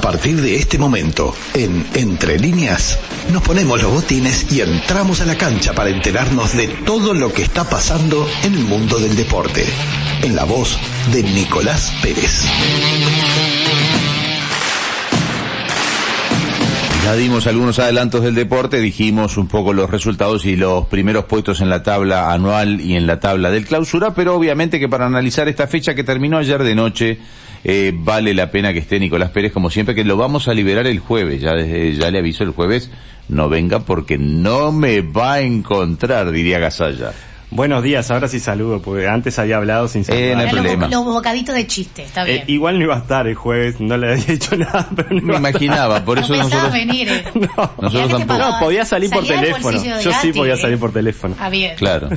partir de este momento, en Entre Líneas, nos ponemos los botines y entramos a la cancha para enterarnos de todo lo que está pasando en el mundo del deporte. En la voz de Nicolás Pérez. Ya dimos algunos adelantos del deporte, dijimos un poco los resultados y los primeros puestos en la tabla anual y en la tabla del clausura, pero obviamente que para analizar esta fecha que terminó ayer de noche, eh, vale la pena que esté Nicolás Pérez como siempre, que lo vamos a liberar el jueves, ya, desde, ya le aviso el jueves, no venga porque no me va a encontrar, diría Gasalla. Buenos días, ahora sí saludo, porque antes había hablado sin saludar. Eh, no hay Ahora los, problema. bo- los bocaditos de chiste, está Eh, bien. igual no iba a estar el jueves, no le había dicho nada, pero no Me iba a estar. imaginaba, por no eso pensabas nosotros... venir. eh. No. Nosotros Mirá que te tampoco. pagabas. No, podía salir por Salía del teléfono. bolsillo de Yo sí Gatti, podía eh. salir por teléfono. Ah, bien. Claro.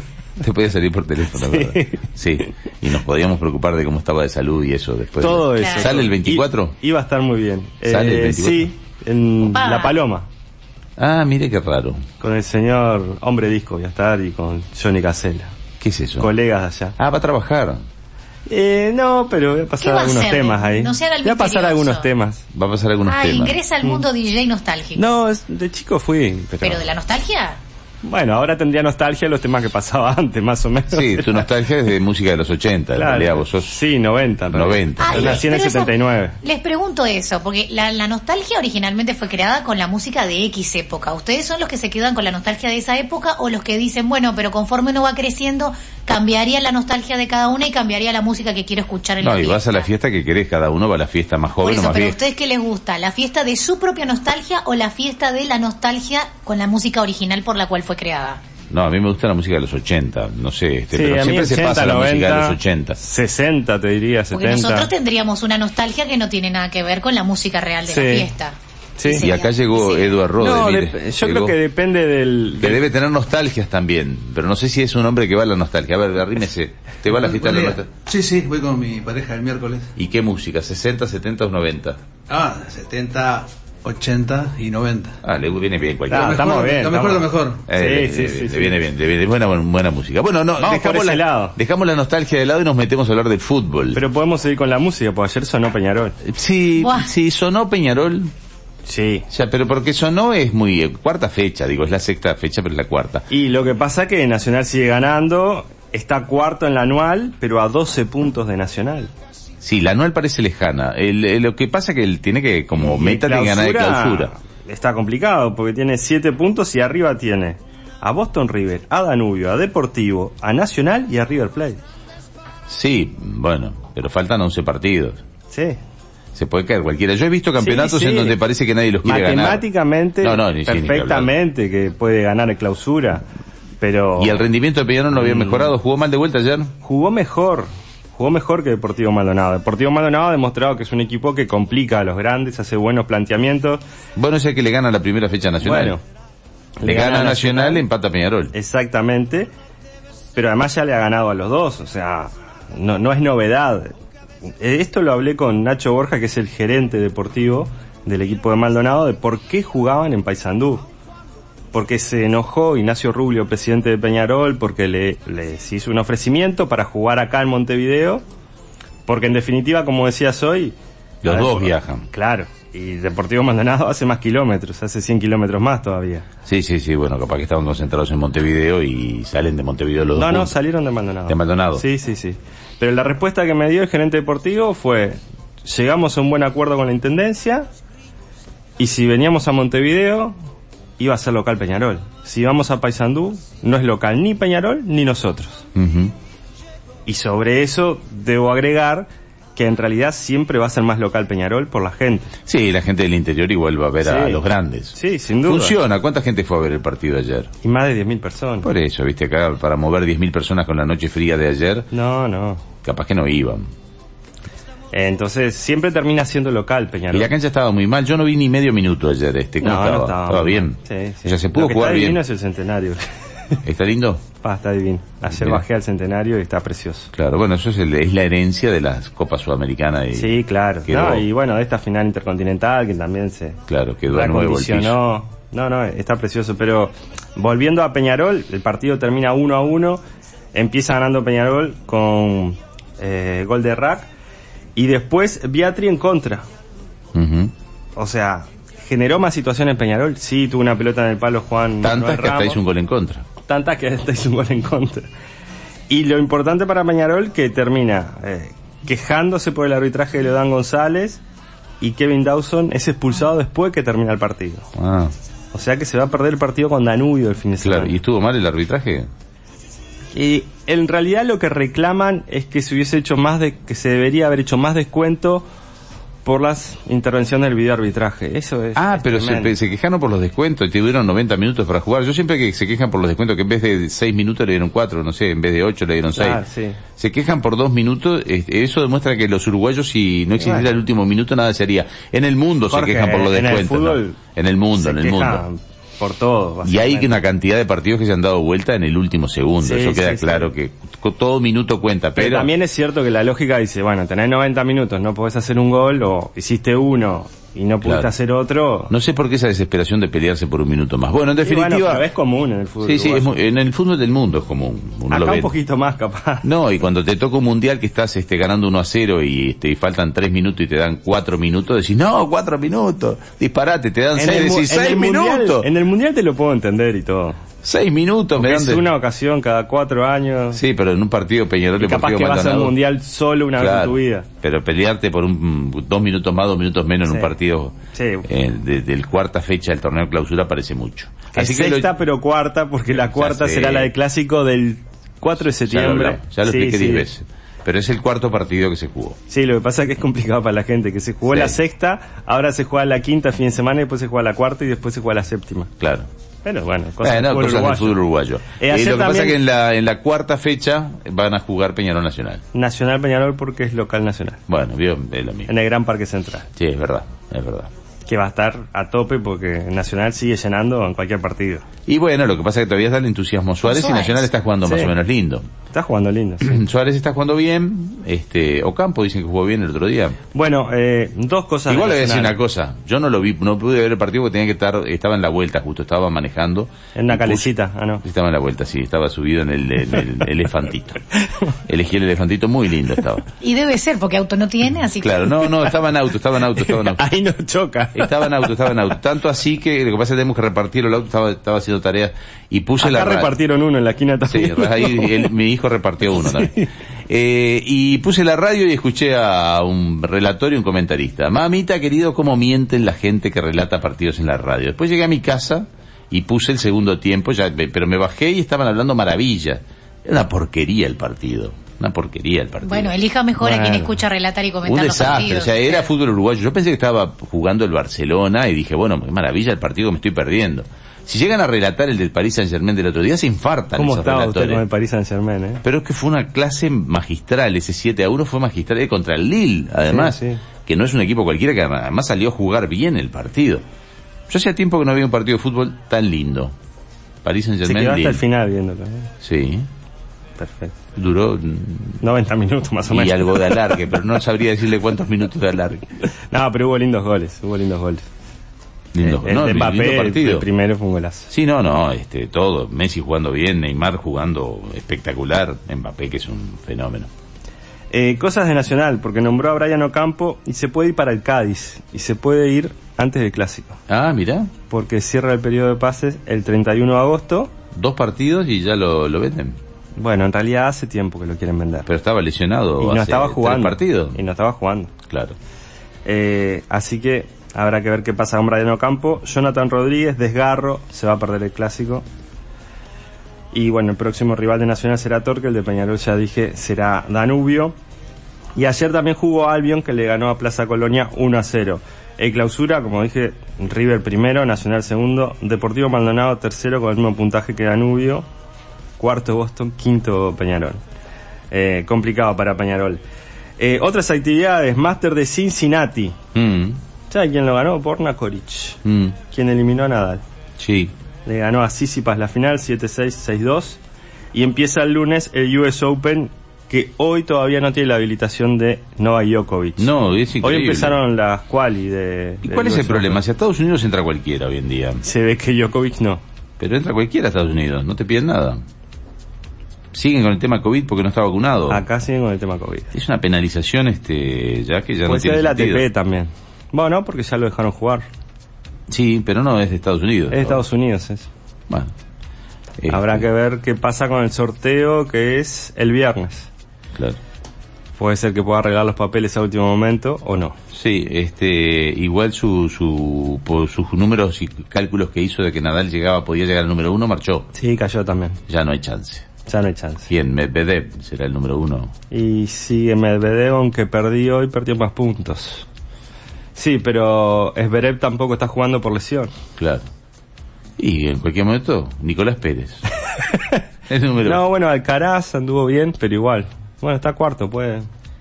Te podía salir por teléfono, la verdad. Sí. Y nos podíamos preocupar de cómo estaba de salud y eso después. Todo Claro. eso. Pues, ¿Sale el 24? I- iba a estar muy bien. Eh, ¿Sale el 24? Sí, en Opa. La Paloma. Ah, mire qué raro. Con el señor Hombre Disco voy a estar y con Johnny Casella. ¿Qué es eso? Colegas de allá. Ah, va a trabajar. Eh, no, pero voy a ¿Qué pasar va a algunos hacer? temas ahí. No sea el voy a pasar misterioso. algunos temas. Va a pasar algunos Ah, temas. Mm. ingresa al mundo DJ nostálgico. No, es- de chico fui, pero... Pero de la nostalgia, Bueno, ahora tendría nostalgia de los temas que pasaba antes, más o menos. Sí, tu nostalgia es de música de los 80, en Claro. realidad. Vos sos Sí, 90. en realidad. 90. Ah, Yo nací en el pero eso- 79. les pregunto eso, porque la, la nostalgia originalmente fue creada con la música de X época. ¿Ustedes son los que se quedan con la nostalgia de esa época o los que dicen, bueno, pero conforme uno va creciendo, cambiaría la nostalgia de cada una y cambiaría la música que quiero escuchar en No, la Ah, y vas a la fiesta que querés, cada uno va a la fiesta más Por joven o eso, más pero ¿a vieja. ustedes qué les gusta? ¿La fiesta de su propia nostalgia o la fiesta de la nostalgia con la música original por la cual fue creada? No, a mí me gusta la música de los 80, no sé, este, Sí, pero a mí siempre se 80, pasa la música de 90, los 80. 60 te diría, Porque 70. nosotros tendríamos una nostalgia que no tiene nada que ver con la música real de la Sí. fiesta. Sí. Y acá llegó Sí. Eduard Rode, No, mire, dep- yo llegó. creo que depende del... Que debe tener nostalgias también, pero no sé si es un hombre que va a la nostalgia. A ver, arrímese. Te va a la fiesta de la Buen día. nostalgia. Sí, sí, voy con mi pareja el miércoles. ¿Y qué música? ¿60, 70 o 90? Ah, 70, 80 y 90. Ah, le viene bien cualquiera. Ah, Lo estamos mejor, bien, Lo mejor, lo estamos- mejor. Eh, sí, le- sí, le sí, viene sí. bien, le viene buena, buena música. Bueno, no, Vamos por dejamos, ese la, lado. dejamos la nostalgia de lado y nos metemos a hablar del fútbol. Pero podemos seguir con la música, porque ayer sonó Peñarol. sí, Buah. sí, sonó Peñarol. Sí. O sea, pero porque sonó es muy... eh, cuarta fecha, digo, es la sexta fecha, pero es la cuarta. Y lo que pasa que Nacional sigue ganando, está cuarto en la anual, pero a 12 puntos de Nacional. Sí, la anual parece lejana. El- el- lo que pasa que él tiene que, como Y meta, tiene que ganar de clausura. Está complicado, porque tiene 7 puntos y arriba tiene a Boston River, a Danubio, a Deportivo, a Nacional y a River Plate. Sí, bueno, pero faltan 11 partidos. Sí. Se puede caer cualquiera. Yo he visto campeonatos Sí, sí. en donde parece que nadie los quiere ganar. Matemáticamente, No, no, ni- sí, ni que hablar. perfectamente que puede ganar en clausura, pero Y el rendimiento de Peñarol no Mm. había mejorado. Jugó mal de vuelta ayer. jugó mejor, jugó mejor que Deportivo Maldonado. Deportivo Maldonado ha demostrado que es un equipo que complica a los grandes, hace buenos planteamientos. Bueno, es el que le gana la primera fecha nacional. Bueno, le gana, a Nacional, empata a Eh, Peñarol. Exactamente. Pero además ya le ha ganado a los dos, o sea, no, no es novedad. Eh, Esto lo hablé con Nacho Borja, que es el gerente deportivo del equipo de Maldonado, de por qué jugaban en Paysandú. Porque se enojó Ignacio Rubio, presidente de Peñarol, porque le, les hizo un ofrecimiento para jugar acá en Montevideo. Porque en definitiva, como decías hoy... Los a ver, dos viajan. Claro, y Deportivo Maldonado hace más kilómetros, hace 100 kilómetros más todavía. Sí, sí, sí. Bueno, capaz que estaban concentrados en Montevideo y salen de Montevideo los No, dos. no, juntos. salieron de Maldonado. De Maldonado. Sí, sí, sí. Pero la respuesta que me dio el gerente deportivo fue, llegamos a un buen acuerdo con la Intendencia y si veníamos a Montevideo iba a ser local Peñarol. Si vamos a Paysandú no es local ni Peñarol ni nosotros. Ujú. Y sobre eso debo agregar que en realidad siempre va a ser más local Peñarol por la gente. Sí, la gente del interior igual va a ver a Sí. los grandes. Sí, sin duda. Funciona. ¿Cuánta gente fue a ver el partido ayer? Y más de 10.000 personas. Por eso, viste, acá para mover 10.000 personas con la noche fría de ayer, No, no. capaz que no iban. Entonces siempre termina siendo local Peñarol. Y la cancha estaba muy mal. Yo no vi ni medio minuto ayer. Este, ¿Cómo No, estaba? no estaba. Estaba bien. Sí, sí. O sea, se Lo pudo que jugar está bien. divino es el centenario. ¿Está lindo? Pa, está divino. Ayer Mira. bajé al centenario y está precioso. Claro, bueno, eso es, el- es la herencia de las Copas Sudamericanas. Y, Sí, claro. Quedó- No, y bueno, de esta final intercontinental que también se Claro, quedó a nuevo el piso. acondicionó. No, no, está precioso. Pero volviendo a Peñarol, el partido termina 1 a 1. Empieza ganando Peñarol con eh, gol de Rack. Y después Beatri en contra. Ujú. o sea, generó más situaciones Peñarol. Sí, tuvo una pelota en el palo Juan. Tantas Manuel que hasta Ramos. hizo un gol en contra. Tantas que hasta hizo un gol en contra. Y lo importante para Peñarol que termina eh, quejándose por el arbitraje de Leodán González y Kevin Dawson es expulsado después que termina el partido. Ah, O sea que se va a perder el partido con Danubio el fin de semana. claro. ¿Y estuvo mal el arbitraje? Y en realidad lo que reclaman es que se hubiese hecho más de, que se debería haber hecho más descuento por las intervenciones del videoarbitraje. Eso es. Ah, es pero tremendo. se, se quejaron por los descuentos y tuvieron 90 minutos para jugar. Yo siempre que se quejan por los descuentos, que en vez de 6 minutos le dieron 4, no sé, en vez de 8 le dieron 6. Ah, sí. Se quejan por 2 minutos, eh, eso demuestra que los urugualos si no existiera el último minuto nada sería. En el mundo Jorge, se quejan por los en el descuentos. ¿no? fútbol En el mundo, Se en el quejan mundo. Por todo. Y hay básicamente. una cantidad de partidos que se han dado vuelta en el último segundo, Sí, eso sí, queda sí. claro que co- todo minuto cuenta, Pero pero, también es cierto que la lógica dice, bueno, tenés 90 minutos, no podés hacer un gol o hiciste uno y no pudiste Claro. hacer otro. no sé por qué esa desesperación de pelearse por un minuto más. Bueno, en Y bueno, definitiva, pero es común en el fútbol. sí, sí, uruguayo. es muy- en el fútbol del mundo es común. Uno lo Acá ve. un poquito más capaz. No, y cuando te toca un mundial que estás este, ganando 1 a 0 y, este, y faltan 3 minutos y te dan 4 minutos, decís, no, 4 minutos, disparate, te dan 6, mu- decís, 6 mundial, minutos, en el mundial te lo puedo entender y todo. 6 minutos, me dan Es de- una ocasión cada cuatro años. Sí, pero en un partido Peñarol y le capaz partido que vas al Maldonado. mundial solo una vez en Claro, tu vida. Pero pelearte por un, dos minutos más, dos minutos menos en Sí. un partido Sí. eh, de- del cuarta fecha del torneo de clausura parece mucho. Así lo- sexta, pero cuarta, porque la cuarta sé. será la del clásico del 4 de ya lo, septiembre. hablamos, ya lo Sí, expliqué sí. 10 veces. Pero es el cuarto partido que se jugó. Sí, lo que pasa es que es complicado para la gente, que se jugó Sí. la sexta, ahora se juega la quinta fin de semana, y después se juega la cuarta y después se juega la séptima. Claro. Pero bueno, cosas, Bueno, del fútbol cosas del uruguayo. fútbol uruguayo. Eh, Eh, ayer lo que pasa también- es que en la, en la cuarta fecha van a jugar Peñarol Nacional. Nacional Peñarol porque es local nacional, Bueno, vio, es lo mismo. en el Gran Parque Central, Sí, es verdad, es verdad. que va a estar a tope porque Nacional sigue llenando en cualquier partido. Y bueno, lo que pasa es que todavía está el entusiasmo Suárez y Suárez. Nacional está jugando más Sí. o menos lindo. Está jugando lindo, sí. Suárez está jugando bien, este, Ocampo dicen que jugó bien el otro día. Bueno, eh, dos cosas. Igual le de voy a decir Nacional. una cosa, yo no lo vi, no pude ver el partido porque tenía que estar, estaba en la vuelta justo, estaba manejando. En una Y puse- calecita, ah no. Estaba en la vuelta, sí, estaba subido en el, en el elefantito. Elegí el elefantito, muy lindo estaba. Y debe ser, porque auto no tiene, así Claro, no, no, estaba en auto, estaba en auto, estaba en auto. Ahí no choca. Estaba en auto, estaba en auto. Tanto así que lo que pasa es que tenemos que repartir el auto, estaba, estaba haciendo tareas y puse Acá la ra- repartieron uno en la esquina Sí, también. ahí él- mi hijo repartió uno también. Eh, y puse la radio y escuché a un relator y un comentarista. Mamita, querido, cómo mienten la gente que relata partidos en la radio. Después llegué a mi casa y puse el segundo tiempo, ya, me- pero me bajé y estaban hablando maravilla. Era una porquería el partido. Una porquería el partido. Bueno, elija mejor a quien Bueno. escucha relatar y comentar un los desastre, o partidos. sea, era fútbol uruguayo. Yo pensé que estaba jugando el Barcelona y dije, bueno, qué maravilla el partido que me estoy perdiendo. Si llegan a relatar el del Paris Saint-Germain del otro día, se infartan ¿Cómo esos estaba usted relatores. con el Paris Saint Germain, eh? Pero es que fue una clase magistral, ese 7 a 1 fue magistral eh, contra el Lille, además, Sí, sí. que no es un equipo cualquiera que además salió a jugar bien el partido. Yo hacía tiempo que no había un partido de fútbol tan lindo. París Saint Se Germain. quedó hasta el final viéndolo. ¿eh? Sí, Perfecto. duró mm, 90 minutos más o menos. y algo de alargue, pero no sabría decirle cuántos minutos de alargue. No, pero hubo lindos goles, hubo lindos goles. Lindo, el no, de lindo Mbappé, el- el partido. primero fue un golazo. Sí, no, no, este, todo. Messi jugando bien, Neymar jugando espectacular, Mbappé que es un fenómeno. Eh, cosas de Nacional, porque nombró a Brian Ocampo y se puede ir para el Cádiz. Y se puede ir antes del Clásico. Ah, mirá, Porque cierra el periodo de pases el 31 de agosto. dos partidos y ya lo, lo venden. Bueno, en realidad hace tiempo que lo quieren vender. Pero estaba lesionado. y no hace estaba tres jugando. partidos. Y no estaba jugando. Claro. Eh, así que habrá que ver qué pasa con Brian Ocampo. Jonathan Rodríguez, desgarro, se va a perder el clásico. Y bueno, el próximo rival de Nacional será Torque, el de Peñarol ya dije será Danubio. Y ayer también jugó Albion que le ganó a Plaza Colonia 1 a 0. En clausura, como dije, River primero, Nacional segundo, Deportivo Maldonado tercero con el mismo puntaje que Danubio, cuarto Boston, quinto Peñarol. Eh, complicado para Peñarol. Eh, otras actividades, Master de Cincinnati. Mm, ¿Sabe quién lo ganó? Borna Koric, mm, quien eliminó a Nadal. sí. Le ganó a Sissipas la final, 7-6, 6-2. Y empieza el lunes el US Open, que hoy todavía no tiene la habilitación de Novak Djokovic. No, es hoy increíble. empezaron las quali de... ¿Y del cuál es el US Open. problema? Si a Estados Unidos entra cualquiera hoy en día. Se ve que Djokovic no. Pero entra cualquiera a Estados Unidos, no te piden nada. Siguen con el tema COVID porque no está vacunado. Acá siguen con el tema COVID. Pues Es una penalización, este, ya que ya no Puede ser tiene del sentido. ATP también. Bueno, porque ya lo dejaron jugar. Sí, pero no es de Estados Unidos. Es de Estados Unidos, es. Bueno. Este, Habrá que ver qué pasa con el sorteo que es el viernes. claro. Puede ser que pueda arreglar los papeles a último momento o no. Sí, este, igual su, su, por sus números y cálculos que hizo de que Nadal llegaba, podía llegar al número uno, marchó. Sí, cayó también. Ya no hay chance. Ya no hay chance. ¿Quién? Medvedev será el número uno. Y sigue Medvedev, aunque perdí hoy, perdió más puntos. Sí, pero Zverev tampoco está jugando por lesión. Claro. Y en cualquier momento, Nicolás Pérez. el número No, bueno, Alcaraz anduvo bien, pero igual. Bueno, está cuarto, puede,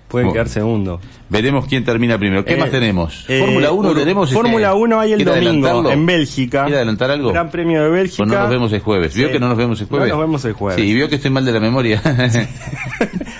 puede Bueno. quedar segundo. Veremos quién termina primero. ¿Qué Eh, más tenemos? eh, Fórmula 1 Fór- tenemos. este, Fórmula 1 hay el ¿quiere domingo adelantarlo? en Bélgica. ¿Quiere adelantar algo? Gran premio de Bélgica. O no nos vemos el jueves. ¿Vio Sí. que no nos vemos el No jueves? nos vemos el jueves. Sí, vio que estoy mal de la memoria.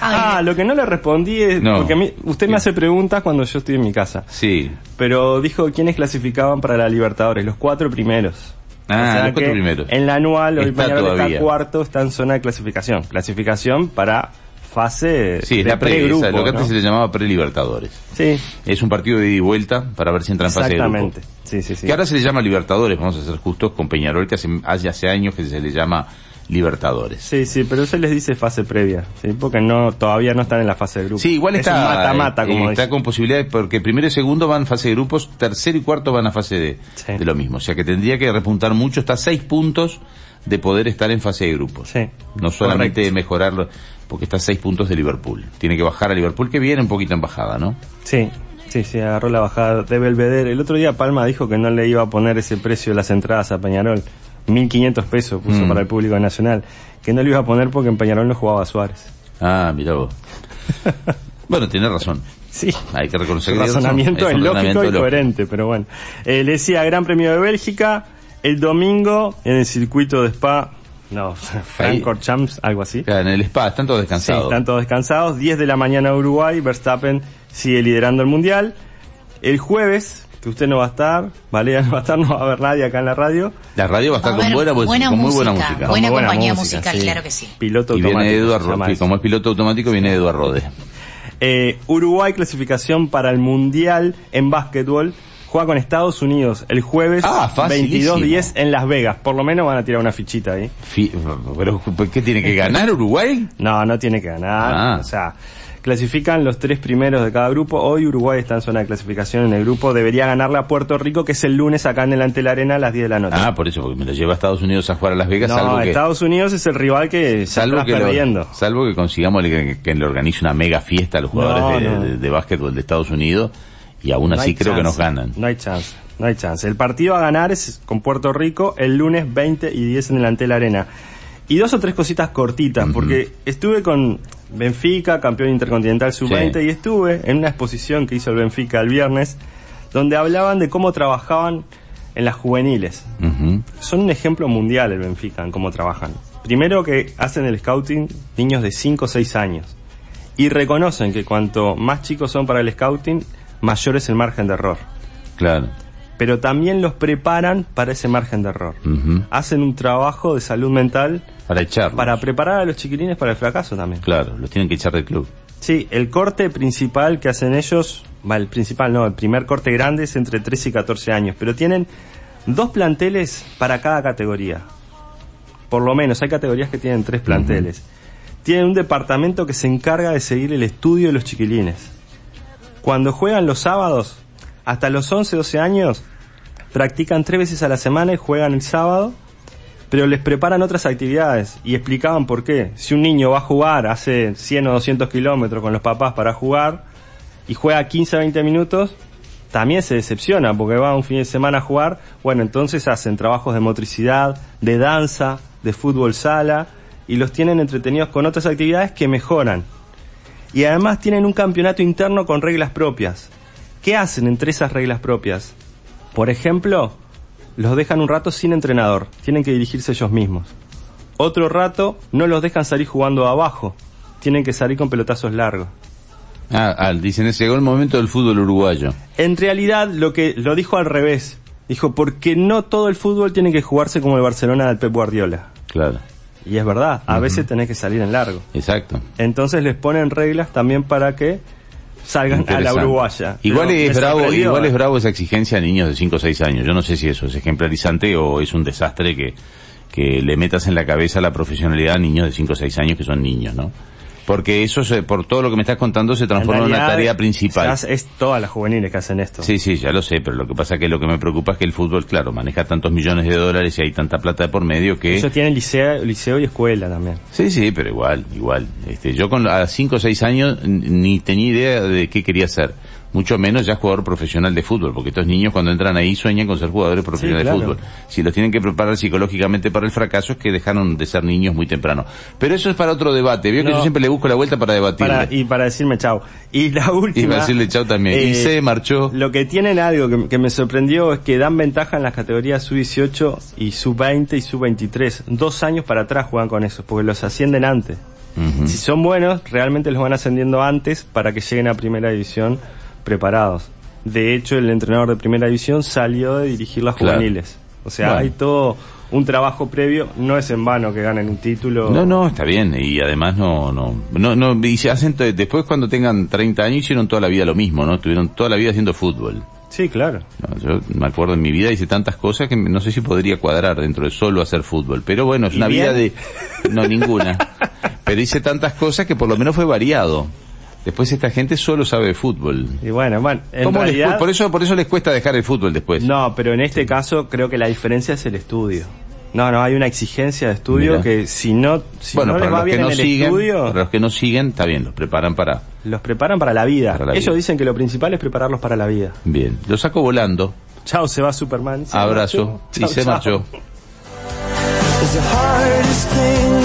Ah, lo que no le respondí es No. porque a mí- usted me hace preguntas cuando yo estoy en mi casa. sí. Pero dijo quiénes clasificaban para la Libertadores, los cuatro primeros. Ah, O sea los cuatro que primeros. En la anual, hoy Está Peñarol está todavía. cuarto, está en zona de clasificación. Clasificación para fase Sí, es de la pre, pregrupo, esa, lo que antes ¿no? se le llamaba pre-libertadores. Sí, Es un partido de ida y vuelta para ver si entran en fase de grupo. exactamente. Sí, sí, sí. Que ahora se le llama Libertadores, vamos a ser justos con Peñarol, que hace, hace, hace años que se le llama Libertadores. Sí, sí, pero eso les dice fase previa, ¿sí? porque no todavía no están en la fase de grupo. Sí, igual Es está, un mata-mata, eh, como está dice. con posibilidades, porque primero y segundo van fase de grupos, tercero y cuarto van a fase de, Sí. de lo mismo. O sea que tendría que repuntar mucho, está a seis puntos de poder estar en fase de grupos. Sí. No solamente mejorarlo, porque está a seis puntos de Liverpool. Tiene que bajar a Liverpool, que viene un poquito en bajada, ¿no? Sí, sí, sí, agarró la bajada de Belvedere. El otro día Palma dijo que no le iba a poner ese precio de las entradas a Peñarol. 1.500 pesos puso Mm. para el público nacional. Que no le iba a poner porque en Peñarol no jugaba Suárez. Ah, mira vos. bueno, tiene razón. Sí. Hay que reconocer Su que tiene razón. razonamiento es, un lógico y razonamiento coherente, pero bueno. Eh, le decía, Gran Premio de Bélgica, el domingo en el circuito de Spa, no, Francorchamps, algo así. Claro, en el spa, están todos Sí, descansados. están todos descansados. 10 de la mañana Uruguay, Verstappen sigue liderando el mundial. El jueves, que usted no va a estar, Valeria no va a estar, no va a haber nadie acá en la radio. La radio va a estar A con, ver, buena, mus- buena con muy buena música, música. buena- Como compañía musical, claro que sí. Piloto Y viene automático, Eduardo se llama Rode, eso. como es piloto automático viene Eduardo Rode. Eh, Uruguay clasificación para el mundial en básquetbol. Juega con Estados Unidos el jueves Ah, facilísimo. 22-10 en Las Vegas. Por lo menos van a tirar una fichita ahí. Fi- Pero, ¿qué tiene que ganar Uruguay? No, no tiene que ganar. Ah. O sea, clasifican los tres primeros de cada grupo. Hoy Uruguay está en zona de clasificación en el grupo. Debería ganarle a Puerto Rico, que es el lunes acá en delante de la arena a las 10 de la noche. Ah, por eso, porque me lo lleva a Estados Unidos a jugar a Las Vegas, salvo no, que, Estados Unidos es el rival que ya salvo está que, perdiendo. lo- salvo que consigamos que, que le organice una mega fiesta a los jugadores No, de, no. de- de básquetbol de Estados Unidos y aún No así hay creo que chance. nos ganan. No hay chance, no hay chance. El partido a ganar es con Puerto Rico el lunes 20 y 10 en el Antel Arena. Y dos o tres cositas cortitas, porque estuve con Benfica, campeón intercontinental sub-20, Sí. y estuve en una exposición que hizo el Benfica el viernes, donde hablaban de cómo trabajaban en las juveniles. Ujú. Son un ejemplo mundial el Benfica en cómo trabajan. Primero que hacen el scouting niños de 5 o 6 años. Y reconocen que cuanto más chicos son para el scouting, mayor es el margen de error. Claro. Pero también los preparan para ese margen de error. Ujú. Hacen un trabajo de salud mental Para echarlos. para preparar a los chiquilines para el fracaso también. Claro, los tienen que echar del club. Sí, el corte principal que hacen ellos, va, el principal no, el primer corte grande es entre 13 y 14 años, pero tienen dos planteles para cada categoría. Por lo menos, hay categorías que tienen tres planteles. Tienen un departamento que se encarga de seguir el estudio de los chiquilines. Cuando juegan los sábados, hasta los 11, 12 años, practican tres veces a la semana y juegan el sábado pero les preparan otras actividades y explicaban por qué. Si un niño va a jugar, hace 100 o 200 kilómetros con los papás para jugar y juega 15 o 20 minutos, también se decepciona porque va un fin de semana a jugar. Bueno, entonces hacen trabajos de motricidad, de danza, de fútbol sala y los tienen entretenidos con otras actividades que mejoran. Y además tienen un campeonato interno con reglas propias. ¿Qué hacen entre esas reglas propias? Por ejemplo, los dejan un rato sin entrenador, tienen que dirigirse ellos mismos. Otro rato no los dejan salir jugando abajo, tienen que salir con pelotazos largos. Ah, ah, dicen, "Ese llegó el momento del fútbol uruguayo. En realidad lo que lo dijo al revés, dijo porque no todo el fútbol tiene que jugarse como el Barcelona del Pep Guardiola. Claro, Y es verdad, a veces tenés que salir en largo. exacto. Entonces les ponen reglas también para que salgan a la Interesante. uruguaya. Igual Pero es me bravo, sorprendió. igual es bravo esa exigencia a niños de 5 o 6 años. Yo no sé si eso es ejemplarizante o es un desastre que, que le metas en la cabeza la profesionalidad a niños de 5 o 6 años que son niños, ¿no? Porque eso, se- por todo lo que me estás contando, se En transforma en una realidad, tarea principal. quizás Es todas las juveniles que hacen esto. Sí, sí, ya lo sé, pero lo que pasa es que lo que me preocupa es que el fútbol, claro, maneja tantos millones de dólares y hay tanta plata de por medio que... Ellos tienen liceo, liceo y escuela también. Sí, sí, pero igual, igual. Este, yo con a 5 o 6 años n- ni tenía idea de qué quería ser. Mucho menos ya jugador profesional de fútbol, porque estos niños cuando entran ahí sueñan con ser jugadores profesionales claro. de fútbol. Si los tienen que preparar psicológicamente para el fracaso es que dejaron de ser niños muy temprano. Pero eso es para otro debate. Veo que No. yo siempre le busco la vuelta para debatir. Para, y para decirme chau. Y la última. eh, Y para decirle chau también. Y se marchó. Lo que tienen algo que, que me sorprendió es que dan ventaja en las categorías sub-18 y sub-20 y sub-23. Dos años para atrás juegan con eso, porque los ascienden antes. Si son buenos, realmente los van ascendiendo antes para que lleguen a primera división preparados. De hecho, el entrenador de primera división salió de dirigir las Claro. juveniles. O sea, Bueno. hay todo un trabajo previo. No es en vano que ganen un título. No, no, está bien. Y además no, no, no, no, y se hacen, to- después cuando tengan 30 años hicieron toda la vida lo mismo, ¿no? Estuvieron toda la vida haciendo fútbol. Sí, claro. No, yo me acuerdo en mi vida hice tantas cosas que no sé si podría cuadrar dentro de solo hacer fútbol, pero bueno, es ¿Y una vida de bien? no ninguna. Pero hice tantas cosas que por lo menos fue variado. Después esta gente solo sabe de fútbol. Y bueno, bueno, en ¿Cómo les cu- realidad... por eso por eso les cuesta dejar el fútbol después. No, pero en este caso creo que la diferencia es el estudio. No, no, hay una exigencia de estudio Mirá. que si no, si bueno, no les para va los que bien no en el siguen, estudio, para los que no siguen, está bien, los preparan para los preparan para la vida. Para la Ellos vida. dicen que lo principal es prepararlos para la vida. bien. Lo saco volando. Chao, se va Superman. se Abrazo marchó. Chau, y se chau. marchó.